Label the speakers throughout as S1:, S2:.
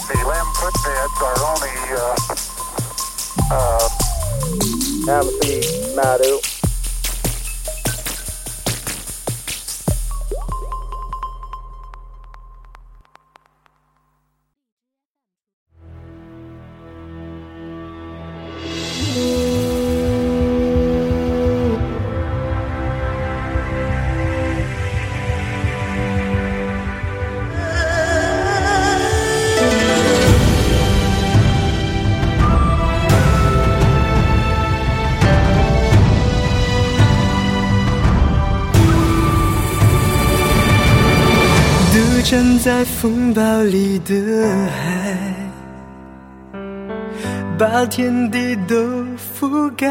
S1: quit bids are only, uh, uh,
S2: Amity Madu.
S3: 独站在风暴里的海，把天地都覆盖。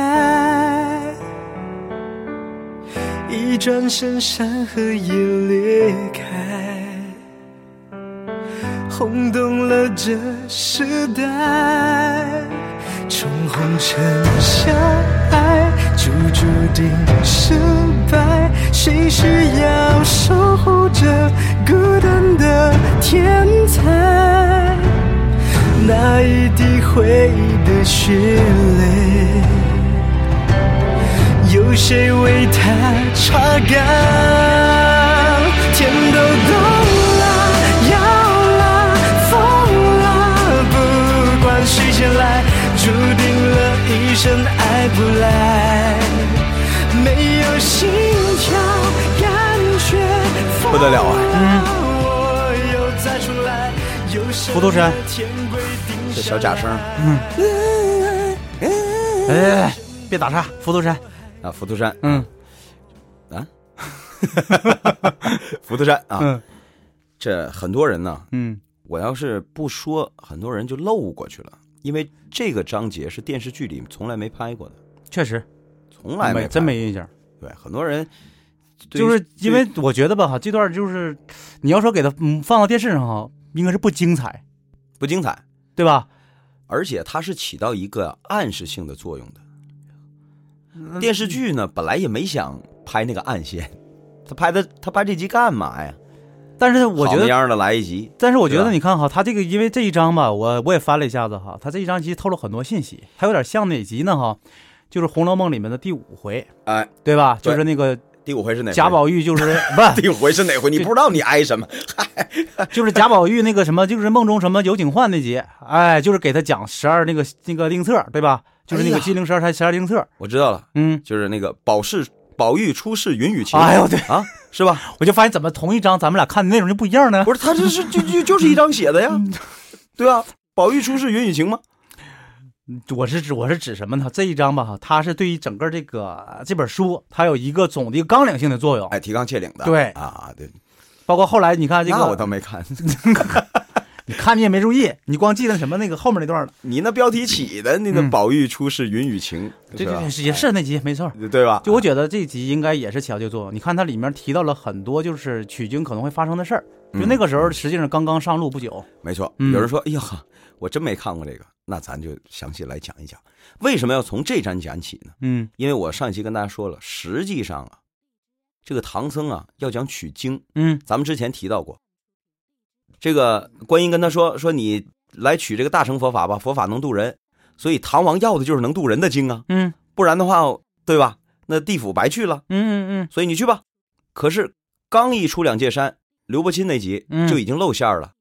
S3: 一转身，山河也裂开，轰动了这时代。冲红尘相爱，就注定失败。谁是要守护着孤单的天才？那一滴回忆的血泪，有谁为他擦干？天都动了，摇了，疯了，不管谁先来，注定了一生爱不来。没有心跳，感觉
S4: 不得了啊
S3: 嗯，我又再重来，有什么
S5: 糊涂山
S3: 天规定
S4: 这小假声
S5: 哎，别打岔，浮头山，
S4: 啊，浮屠山，
S5: 嗯，
S4: 啊， 浮屠山啊，
S5: 嗯
S4: 这很多人呢，
S5: 嗯，
S4: 我要是不说，很多人就漏过去了，因为这个章节是电视剧里从来没拍过的，
S5: 确实
S4: 从来没
S5: 没
S4: 拍
S5: 真没印象，
S4: 对，很多人对于
S5: 就是因为我觉得吧，哈，这段就是你要说给它嗯放到电视上哈，应该是不精彩，
S4: 不精彩，
S5: 对吧？
S4: 而且它是起到一个暗示性的作用的。
S5: 嗯
S4: 电视剧呢，本来也没想拍那个暗线，他拍的他拍这集干嘛呀？
S5: 但是我觉
S4: 好那
S5: 得，
S4: 样的来一集，
S5: 但是我觉
S4: 对吧
S5: 得你看哈，他这个因为这一章吧，我我也翻了一下子哈，他这一章其实透露很多信息，还有点像哪集呢哈？就是《红楼梦》里面的第五回，
S4: 哎，
S5: 对吧？
S4: 对
S5: 就是那个
S4: 第五回是哪回？
S5: 贾宝玉，就是 不
S4: 第五回是 哪回？你不知道你挨什么？
S5: 就是贾宝玉那个什么，就是梦中什么有警幻那集，哎，就是给他讲十二那个那个令册，对吧？就是那
S4: 哎
S5: 个
S4: 呀
S5: 金陵十二钗十二令册，
S4: 我知道了，
S5: 嗯，
S4: 就是那个宝世宝玉出世云雨情。
S5: 哎呦对
S4: 啊，是吧？
S5: 我就发现怎么同一章咱们俩看的内容就不一样呢？
S4: 不是，他这是就就就是一张写的呀，对啊，宝玉出世云雨情吗？
S5: 我是指我是指什么呢？这一章吧，哈，它是对于整个这个这本书，它有一个总的一个纲领性的作用。
S4: 哎，提纲挈领的。
S5: 对
S4: 啊，对，
S5: 包括后来你看这
S4: 那
S5: 个，
S4: 我倒没看，
S5: 你看你也没注意，你光记得什么那个后面那段了。
S4: 你那标题起的那个
S5: 嗯
S4: 宝玉出世云雨情，
S5: 这
S4: 吧
S5: 这是也是那集没错儿。
S4: 哎对吧？
S5: 就我觉得这集应该也是起到这个作用。你看它里面提到了很多就是取经可能会发生的事儿，就
S4: 嗯
S5: 那个时候实际上刚刚上路不久。
S4: 没错，
S5: 嗯
S4: 有人说：“哎呀，我真没看过这个。”那咱就详细来讲一讲，为什么要从这章讲起呢？
S5: 嗯
S4: 因为我上一期跟大家说了，实际上啊，这个唐僧啊要讲取经，
S5: 嗯
S4: 咱们之前提到过，这个观音跟他说：“说你来取这个大乘佛法吧，佛法能渡人。”所以唐王要的就是能渡人的经啊，
S5: 嗯
S4: 不然的话，对吧？那地府白去了。
S5: 嗯嗯
S4: 所以你去吧。可是刚一出两界山，刘伯钦那集
S5: 嗯
S4: 就已经露馅儿了。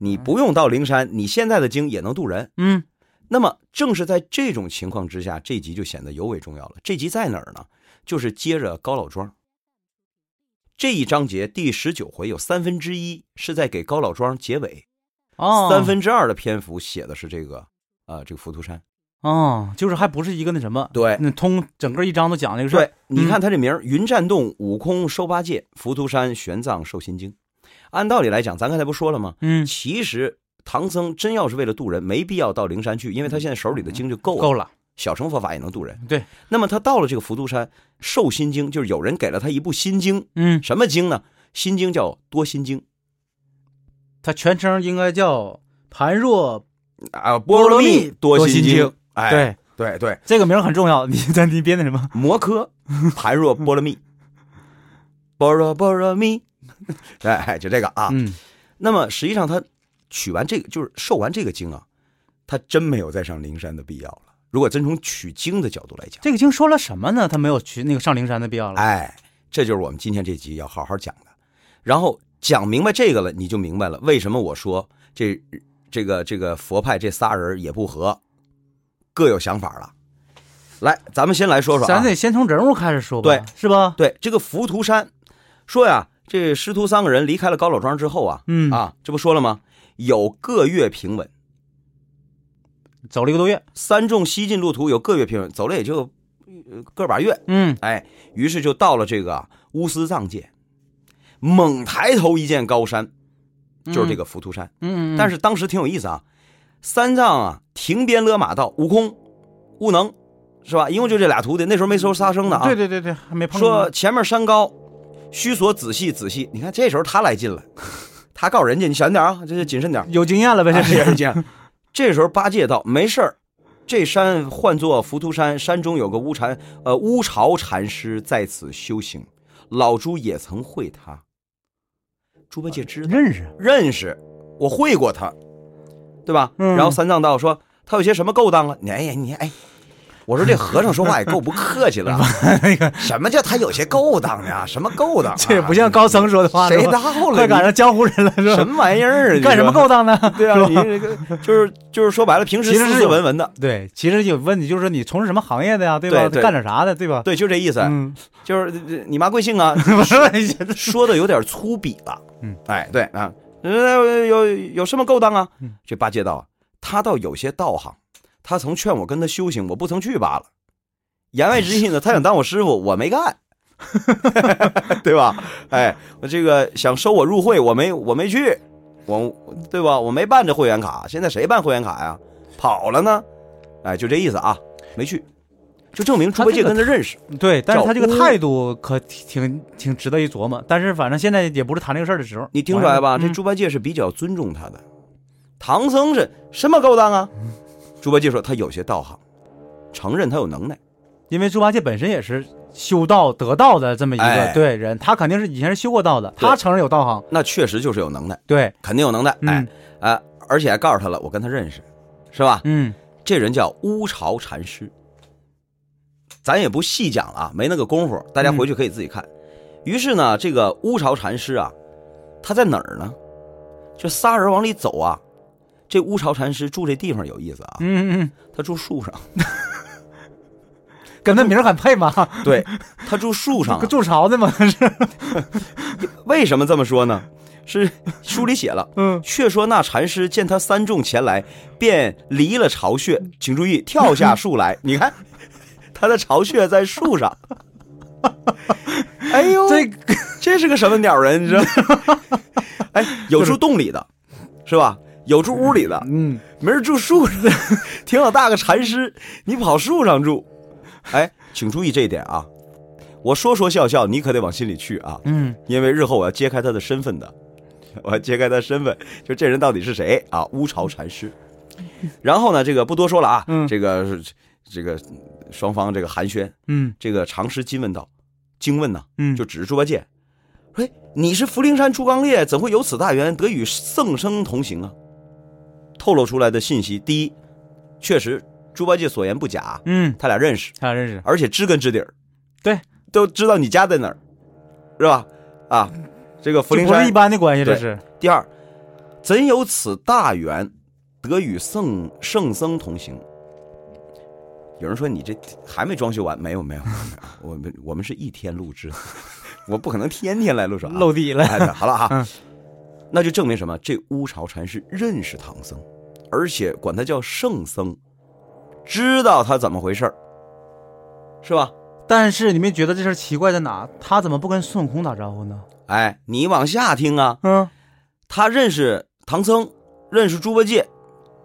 S4: 你不用到灵山，你现在的经也能渡人。
S5: 嗯
S4: 那么正是在这种情况之下，这集就显得尤为重要了。这集在哪儿呢？就是接着高老庄这一章节第十九回有三分之一是在给高老庄结尾，
S5: 哦，
S4: 三分之二的篇幅写的是这个呃这个浮屠山。
S5: 哦，就是还不是一个那什么，
S4: 对
S5: 那通整个一章都讲这个事儿
S4: 对。，你看
S5: 嗯
S4: 他这名儿云栈洞、悟空收八戒、浮屠山、玄奘受心经。按道理来讲，咱刚才不说了吗？
S5: 嗯，
S4: 其实唐僧真要是为了渡人，没必要到灵山去，因为他现在手里的经就够了，
S5: 够了。
S4: 小乘佛法也能渡人。
S5: 对，
S4: 那么他到了这个浮屠山，受心经，就是有人给了他一部心经，
S5: 嗯，
S4: 什么经呢？心经叫多心经
S5: 它全称应该叫盘若
S4: 啊，
S5: 波罗蜜
S4: 多
S5: 多
S4: 心
S5: 心经。
S4: 哎，
S5: 对，
S4: 对对，
S5: 这个名儿很重要。 你咱你别那什么，
S4: 摩诃盘若波罗蜜， 波若波罗蜜，哎，就这个啊。
S5: 嗯
S4: 那么实际上他取完这个就是受完这个经啊，他真没有再上灵山的必要了。如果真从取经的角度来讲，
S5: 这个经说了什么呢？他没有去那个上灵山的必要了。
S4: 哎，这就是我们今天这集要好好讲的。然后讲明白这个了，你就明白了为什么我说这这个这个佛派这仨人也不和，各有想法了。来，咱们先来说说、啊，
S5: 咱得先从人物开始说吧，
S4: 对，
S5: 是吧？
S4: 对，这个浮屠山，说呀，这师徒三个人离开了高老庄之后啊，
S5: 嗯
S4: 啊，这不说了吗？有个月平稳，
S5: 走了一个多月，
S4: 三众西进路途有个月平稳，走了也就呃个把月，
S5: 嗯，
S4: 哎，于是就到了这个乌斯藏界，猛抬头一见高山，就是这个浮屠山，
S5: 嗯，嗯嗯
S4: 但是当时挺有意思啊，三藏啊停鞭勒马道，悟空、悟能。是吧？一共就这俩徒弟，那时候没收杀生的啊。
S5: 对对对对，还没碰。
S4: 说前面山高，须索仔细仔细。你看这时候他来劲了， 他告诉人家你小心点啊，这是谨慎点。
S5: 有经验了呗，这
S4: 啊是 这样。这时候八戒道：“没事儿，这山唤作浮屠山，山中有个乌禅，呃乌巢禅师在此修行，老猪也曾会他。猪八戒知道
S5: 认识
S4: 认识，我会过他，对吧？
S5: 嗯、
S4: 然后三藏道说他有些什么勾当了？你哎呀你哎。”我说这和尚说话也够不客气了、啊，
S5: 那个
S4: 什么叫他有些勾当呀、啊？什么勾当、啊？
S5: 这也不像高僧说的话，
S4: 谁到了？
S5: 快赶上江湖人了，是吧？
S4: 什么玩意儿？啊
S5: 干什么勾当呢？
S4: 对啊，你这个就是就是说白了，平时斯斯文文的。
S5: 对，其实有问题，就是你从事什么行业的呀，
S4: 对
S5: 吧？干点啥的，对吧？
S4: 对，就这意思，
S5: 嗯、
S4: 就是你妈贵姓啊？ 说的有点粗鄙了。
S5: 嗯，
S4: 哎，对啊，有有什么勾当啊？这八戒道，他倒有些道行。他曾劝我跟他修行，我不曾去罢了。言外之意呢，他想当我师傅，我没干，对吧？哎，我这个想收我入会，我没我没去，我对吧？我没办这会员卡，现在谁办会员卡呀？跑了呢？哎，就这意思啊，没去，就证明猪八戒跟他认识。
S5: 对，但是他这个态度可挺挺值得一琢磨。但是反正现在也不是谈这个事儿的时候，
S4: 你听出来
S5: 嗯
S4: 吧？这猪八戒是比较尊重他的，唐僧是什么勾当啊？
S5: 嗯
S4: 猪八戒说：“他有些道行，承认他有能耐，
S5: 因为猪八戒本身也是修道得道的这么一个、
S4: 哎、
S5: 对人，他肯定是以前是修过道的，他承认有道行，
S4: 那确实就是有能耐，
S5: 对，
S4: 肯定有能耐，
S5: 嗯、
S4: 哎，呃，而且还告诉他了，我跟他认识，是吧？
S5: 嗯，
S4: 这人叫乌巢禅师，咱也不细讲了啊，没那个功夫，大家回去可以自己看。
S5: 嗯、
S4: 于是呢，这个乌巢禅师啊，他在哪儿呢？这仨人往里走啊。”这乌巢禅师住这地方有意思啊，
S5: 嗯嗯，
S4: 他住树上，
S5: 跟他名儿很配嘛。
S4: 对，他住树上、啊，
S5: 筑巢的嘛是。
S4: 为什么这么说呢？是书里写了，
S5: 嗯，
S4: 却说那禅师见他三众前来，便离了巢穴，请注意，跳下树 来。你看，他的巢穴在树上。哎呦，
S5: 这
S4: 这是个什么鸟人？你知道 吗？哎，有住洞里的，是吧？有住屋里的，
S5: 嗯，
S4: 没人住树上， 挺老大个禅师，你跑树上住，哎，请注意这一点啊！我说说笑笑，你可得往心里去啊，
S5: 嗯，
S4: 因为日后我要揭开他的身份的， 我要揭开他身份，就这人到底是谁啊？乌巢禅师。然后呢，这个不多说了啊，
S5: 嗯、
S4: 这个这个双方这个寒暄，
S5: 嗯，
S4: 这个常师金问道，惊问呢、啊，
S5: 嗯，
S4: 就指着猪八戒，说、哎：“你是福陵山猪刚鬣，怎会有此大缘，得与圣僧同行啊？”透露出来的信息，第一，确实猪八戒所言不假，
S5: 嗯，
S4: 他俩认识，
S5: 他俩认识，
S4: 而且知根知底儿，
S5: 对，
S4: 都知道你家在哪儿，是吧？啊，这个福陵
S5: 不是一般的关系，这是。
S4: 第二，怎有此大缘，得与圣圣僧同行？有人说你这还没装修完，没有没有，我们我们是一天 录制，我不可能天天来录啥、啊，
S5: 露底了、
S4: 哎，好了啊。
S5: 嗯
S4: 那就证明什么？这乌巢禅师认识唐僧，而且管他叫圣僧，知道他怎么回事儿，是吧？
S5: 但是你们觉得这事儿奇怪在哪？他怎么不跟孙悟空打招呼呢？
S4: 哎，你往下听啊，
S5: 嗯，
S4: 他认识唐僧，认识猪八戒，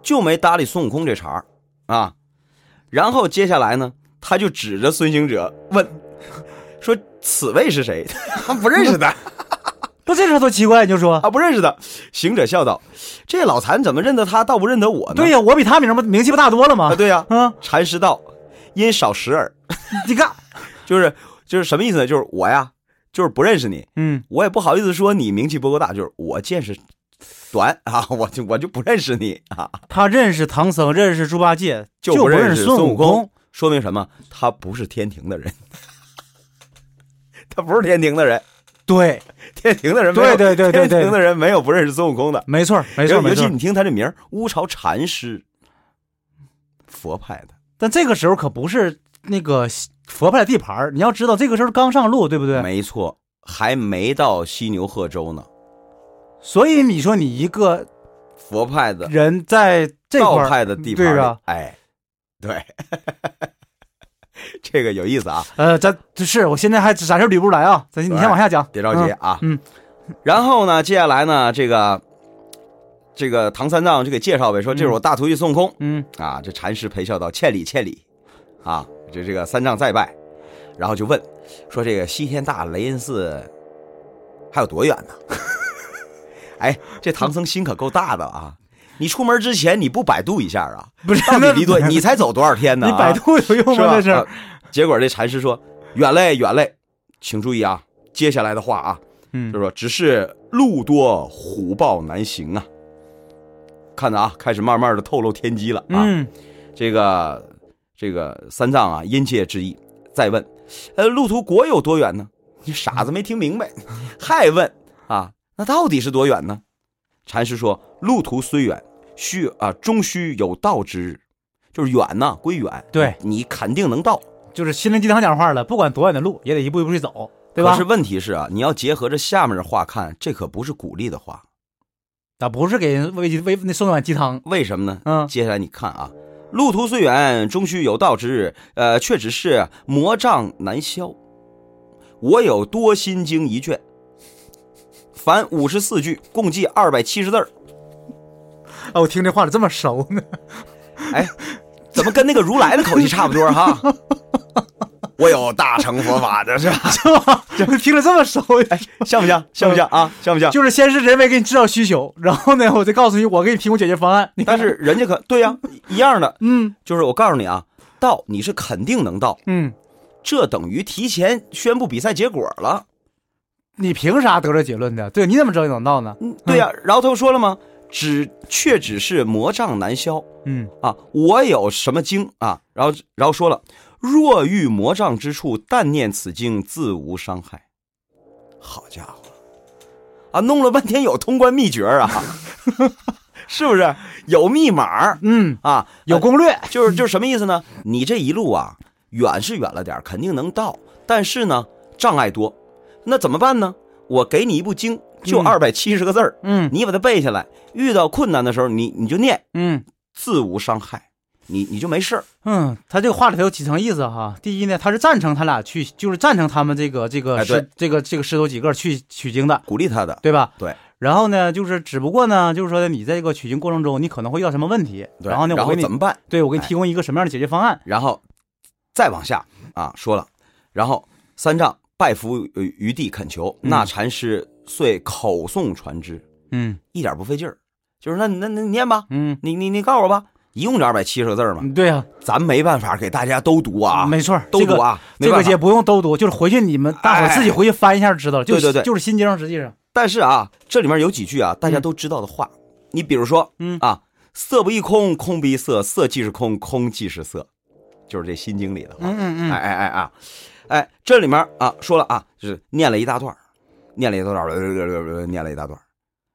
S4: 就没搭理孙悟空这茬儿啊。然后接下来呢，他就指着孙行者问， 说：“此位是谁？他啊不认识的。”
S5: 不，这事多奇怪！你就说
S4: 啊，不认识的行者笑道：“这老残怎么认得他，倒不认得我呢？”
S5: 对呀、啊，我比他名不名气不大多了吗？
S4: 啊，对呀、
S5: 啊。嗯，
S4: 禅师道：“因少识耳。”
S5: 你看，
S4: 就是就是什么意思呢？就是我呀，就是不认识你，
S5: 嗯，
S4: 我也不好意思说你名气不够大，就是我见识短 啊，我就我就不认识你啊，
S5: 他认识唐僧，认识猪八戒，就
S4: 不
S5: 认
S4: 识
S5: 孙
S4: 悟
S5: 空。，
S4: 说明什么？他不是天庭的人， 他不是天庭的人，
S5: 对，
S4: 天庭的人没
S5: 对
S4: 有
S5: 对对对对
S4: 天庭的人没有不认识孙悟空的，
S5: 没错儿，没错儿，
S4: 哎尤
S5: 没错
S4: 其
S5: 儿。
S4: 你听他这名儿乌巢禅师，佛派的，
S5: 但这个时候可不是那个佛派的地盘儿你要知道，这个时候刚上路，对不对？
S4: 没错，还没到犀牛贺州呢，
S5: 所以你说你一个
S4: 佛派的
S5: 人在这块
S4: 道
S5: 儿，
S4: 派的地盘
S5: 对啊
S4: 里
S5: 吧？
S4: 哎，对， 这个有意思啊，
S5: 呃，咱就是我现在还暂时捋不出来啊，咱你
S4: 对
S5: 先往下讲，
S4: 别着急啊。
S5: 嗯
S4: 然后呢，接下来呢，这个这个唐三藏就给介绍呗，
S5: 嗯
S4: 说这是我大徒弟孙悟空、
S5: 嗯。嗯，
S4: 啊，这禅师陪笑道：“千里千里，啊，这这个三藏再拜。”然后就问说：“这个西天大雷音寺还有多远呢？” 哎，这唐僧心可够大的啊！你出门之前你不百度一下啊？
S5: 不是
S4: 到底
S5: 那
S4: 离多？你才走多少天呢、
S5: 你百度有用
S4: 是
S5: 吗？
S4: 吧？
S5: 这是
S4: 啊结果这禅师说：“远嘞，远嘞，请注意啊！接下来的话啊，
S5: 嗯
S4: 就，说只是路多虎豹难行啊。看着啊，开始慢慢的透露天机了啊。
S5: 嗯，
S4: 这个这个三藏啊，殷切之意，再问，呃，路途国有多远呢？你傻子没听明 白，还问啊？那到底是多远呢？禅师说，路途虽远，须啊终须有到之日，就是远呐、归远，
S5: 对
S4: 你肯定能到。
S5: 就是心灵鸡汤讲话了，不管多远的路，也得一步一步去走，对吧
S4: 可是？问题是啊，你要结合着下面的话看，这可不是鼓励的话。
S5: 啊，不是给人喂喂那送碗鸡汤，
S4: 为什么呢？
S5: 嗯
S4: 接下来你看啊，路途虽远，终须有道之日。呃，却只是魔障难消。我有多心经一卷，凡五十四句，共计二百七十字儿。哦
S5: 啊，我听这话咋这么熟呢？
S4: 哎，怎么跟那个如来的口气差不 多哈？我有大乘佛法的是吧？
S5: 是吧？ 听着这么熟，
S4: 哎
S5: 嗯
S4: 像不像？像不像啊？像不像？
S5: 就是先是人为给你制造需求，然后呢， 我再告诉你，我给你提供解决方案。你看
S4: 但是人家可对呀、一样的。
S5: 嗯
S4: 就是我告诉你啊，到你是肯定能到，
S5: 嗯，
S4: 这等于提前宣布比赛结果了。
S5: 你凭啥得这结论的？对，你怎么知道你能到呢？
S4: 嗯，对呀、然后他又说了吗？只却只是魔障难消
S5: 嗯，
S4: 啊！我有什么经啊？然后然后说了，若遇魔障之处，但念此经，自无伤害。好家伙，啊，弄了半天有通关秘诀 啊，是不是？有密码
S5: 嗯，
S4: 啊？
S5: 有攻略，
S4: 就是就是什么意思呢？你这一路啊，远是远了点儿，肯定能到，但是呢，障碍多，那怎么办呢？我给你一部经，就
S5: 嗯
S4: 二百七十个字儿。
S5: 嗯
S4: 你把它背下来，遇到困难的时候，你你就念，
S5: 嗯
S4: 自无伤害，你你就没事儿。
S5: 嗯，他这个话里头有几层意思哈。第一呢，他是赞成他俩去，就是赞成他们这个这
S4: 哎
S5: 个
S4: 对
S5: 师、这个这个师徒几个去取经的，
S4: 鼓励他的，
S5: 对吧？
S4: 对。
S5: 然后呢，就是只不过呢，就是说你在这个取经过程中，你可能会遇到什么问题，
S4: 对
S5: 然后呢，
S4: 然
S5: 我
S4: 后
S5: 给你
S4: 怎么办？
S5: 对我给你
S4: 哎
S5: 提供一个什么样的解决方案？
S4: 然后再往下啊，说了，然后三藏拜伏于于地恳求，
S5: 嗯
S4: 那禅师遂口诵传之，
S5: 嗯
S4: 一点不费劲儿，就是那那那你念吧，
S5: 嗯，
S4: 你你你告诉我吧，一共就二百七十个字儿嘛，
S5: 对呀、
S4: 咱没办法给大家都读啊，
S5: 嗯没错，
S4: 都
S5: 这
S4: 读
S5: 个
S4: 啊，没
S5: 这
S4: 办
S5: 个
S4: 法
S5: 也不用都读，就是回去你们大伙儿自己回去翻一下就知道了。
S4: 哎对
S5: 就是
S4: 对对
S5: 就是心经，实际上，
S4: 但是啊，这里面有几句啊，大家都知道的话，你比如说，
S5: 嗯
S4: 啊，色不异空，空不异色，色即是空，空即是色，就是这《心经》里的话。
S5: 嗯
S4: 哎，哎哎啊，哎，这里面啊说了啊，就是念了一大段儿，念了一大段儿，呃念了一大段儿，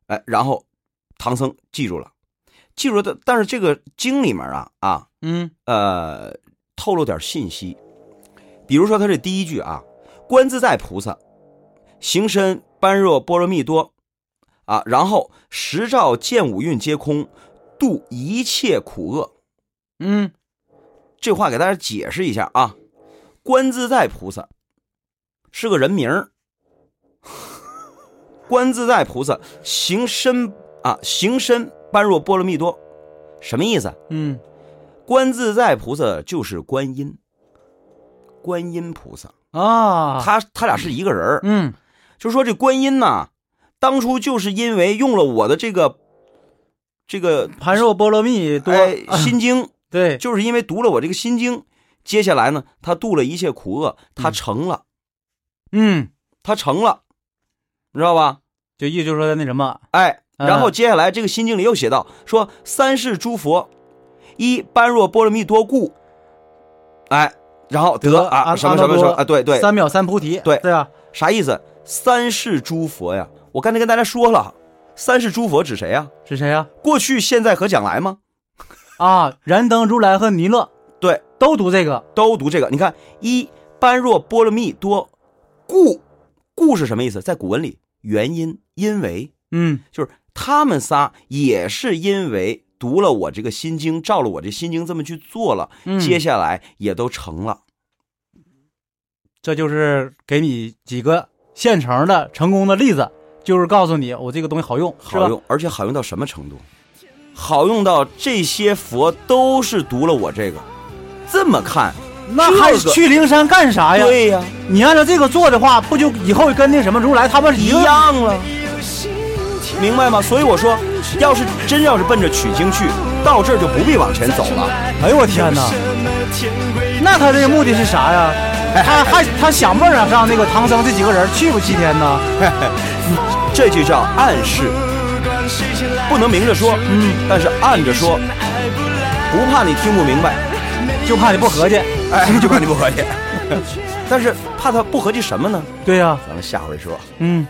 S4: 哎，然后唐僧记住了，记住的，但是这个经里面啊啊，
S5: 嗯
S4: 呃，透露点信息，比如说他这第一句啊，观自在菩萨，行深般若波罗蜜多，啊，然后十照见五蕴皆空，度一切苦厄。
S5: 嗯
S4: 这话给大家解释一下啊，观自在菩萨是个人名儿观自在菩萨行深啊，行深般若波罗蜜多，什么意思啊？
S5: 嗯
S4: 观自在菩萨就是观音，观音菩萨，
S5: 嗯啊，
S4: 他他俩是一个人儿。
S5: 嗯
S4: 就说这观音呐，当初就是因为用了我的这个这个
S5: 盘若波罗蜜多，
S4: 哎
S5: 啊
S4: 心经，
S5: 对，
S4: 就是因为读了我这个心经，接下来呢，他度了一切苦厄，他
S5: 嗯
S4: 成了，
S5: 嗯，
S4: 他成了，你知道吧？
S5: 就意思就是说那什么，
S4: 哎，
S5: 嗯
S4: 然后接下来这个《心经》里又写到说三世诸佛，一般若波罗蜜多故，哎，然后得啊
S5: 阿
S4: 什么什么什么啊，对对，
S5: 三秒三菩提，
S4: 对
S5: 对啊吧？
S4: 啥意思？三世诸佛呀，我刚才跟大家说了，三世诸佛指谁呀？
S5: 是谁呀？
S4: 过去、现在和将来吗？
S5: 啊，燃灯如来和弥勒
S4: 对，
S5: 都读这个，
S4: 都读这个。你看，一般若波罗蜜多故，故是什么意思？在古文里，原因，因为
S5: 嗯，
S4: 就是他们仨也是因为读了我这个心经，照了我这心经这么去做了，
S5: 嗯
S4: 接下来也都成了。
S5: 这就是给你几个现成的成功的例子，就是告诉你我这个东西好用，是吧
S4: 好用，而且好用到什么程度？好用到这些佛都是读了我这个，这么看，
S5: 那还
S4: 这个
S5: 去灵山干啥呀？
S4: 对呀、
S5: 你按照这个做的话，不就以后跟那什么如来他们是
S4: 一
S5: 一个
S4: 样了，
S3: 明白吗？所以我说，
S4: 要
S3: 要
S4: 是
S3: 是
S4: 真要是奔着取经去，到这儿就不必往前走了。
S5: 哎呦我天哪！那他这个目的是啥呀？他哎还他想不想让那个唐僧这几个人去不七天呢？
S4: 这就叫暗示，不能明着说，嗯，但是暗着说，不怕你听不明白，
S5: 就怕你不合计。
S4: 哎，就 怕你不合计。但是怕他不合计什么呢？
S5: 对呀、
S4: 咱们下回说。
S5: 嗯。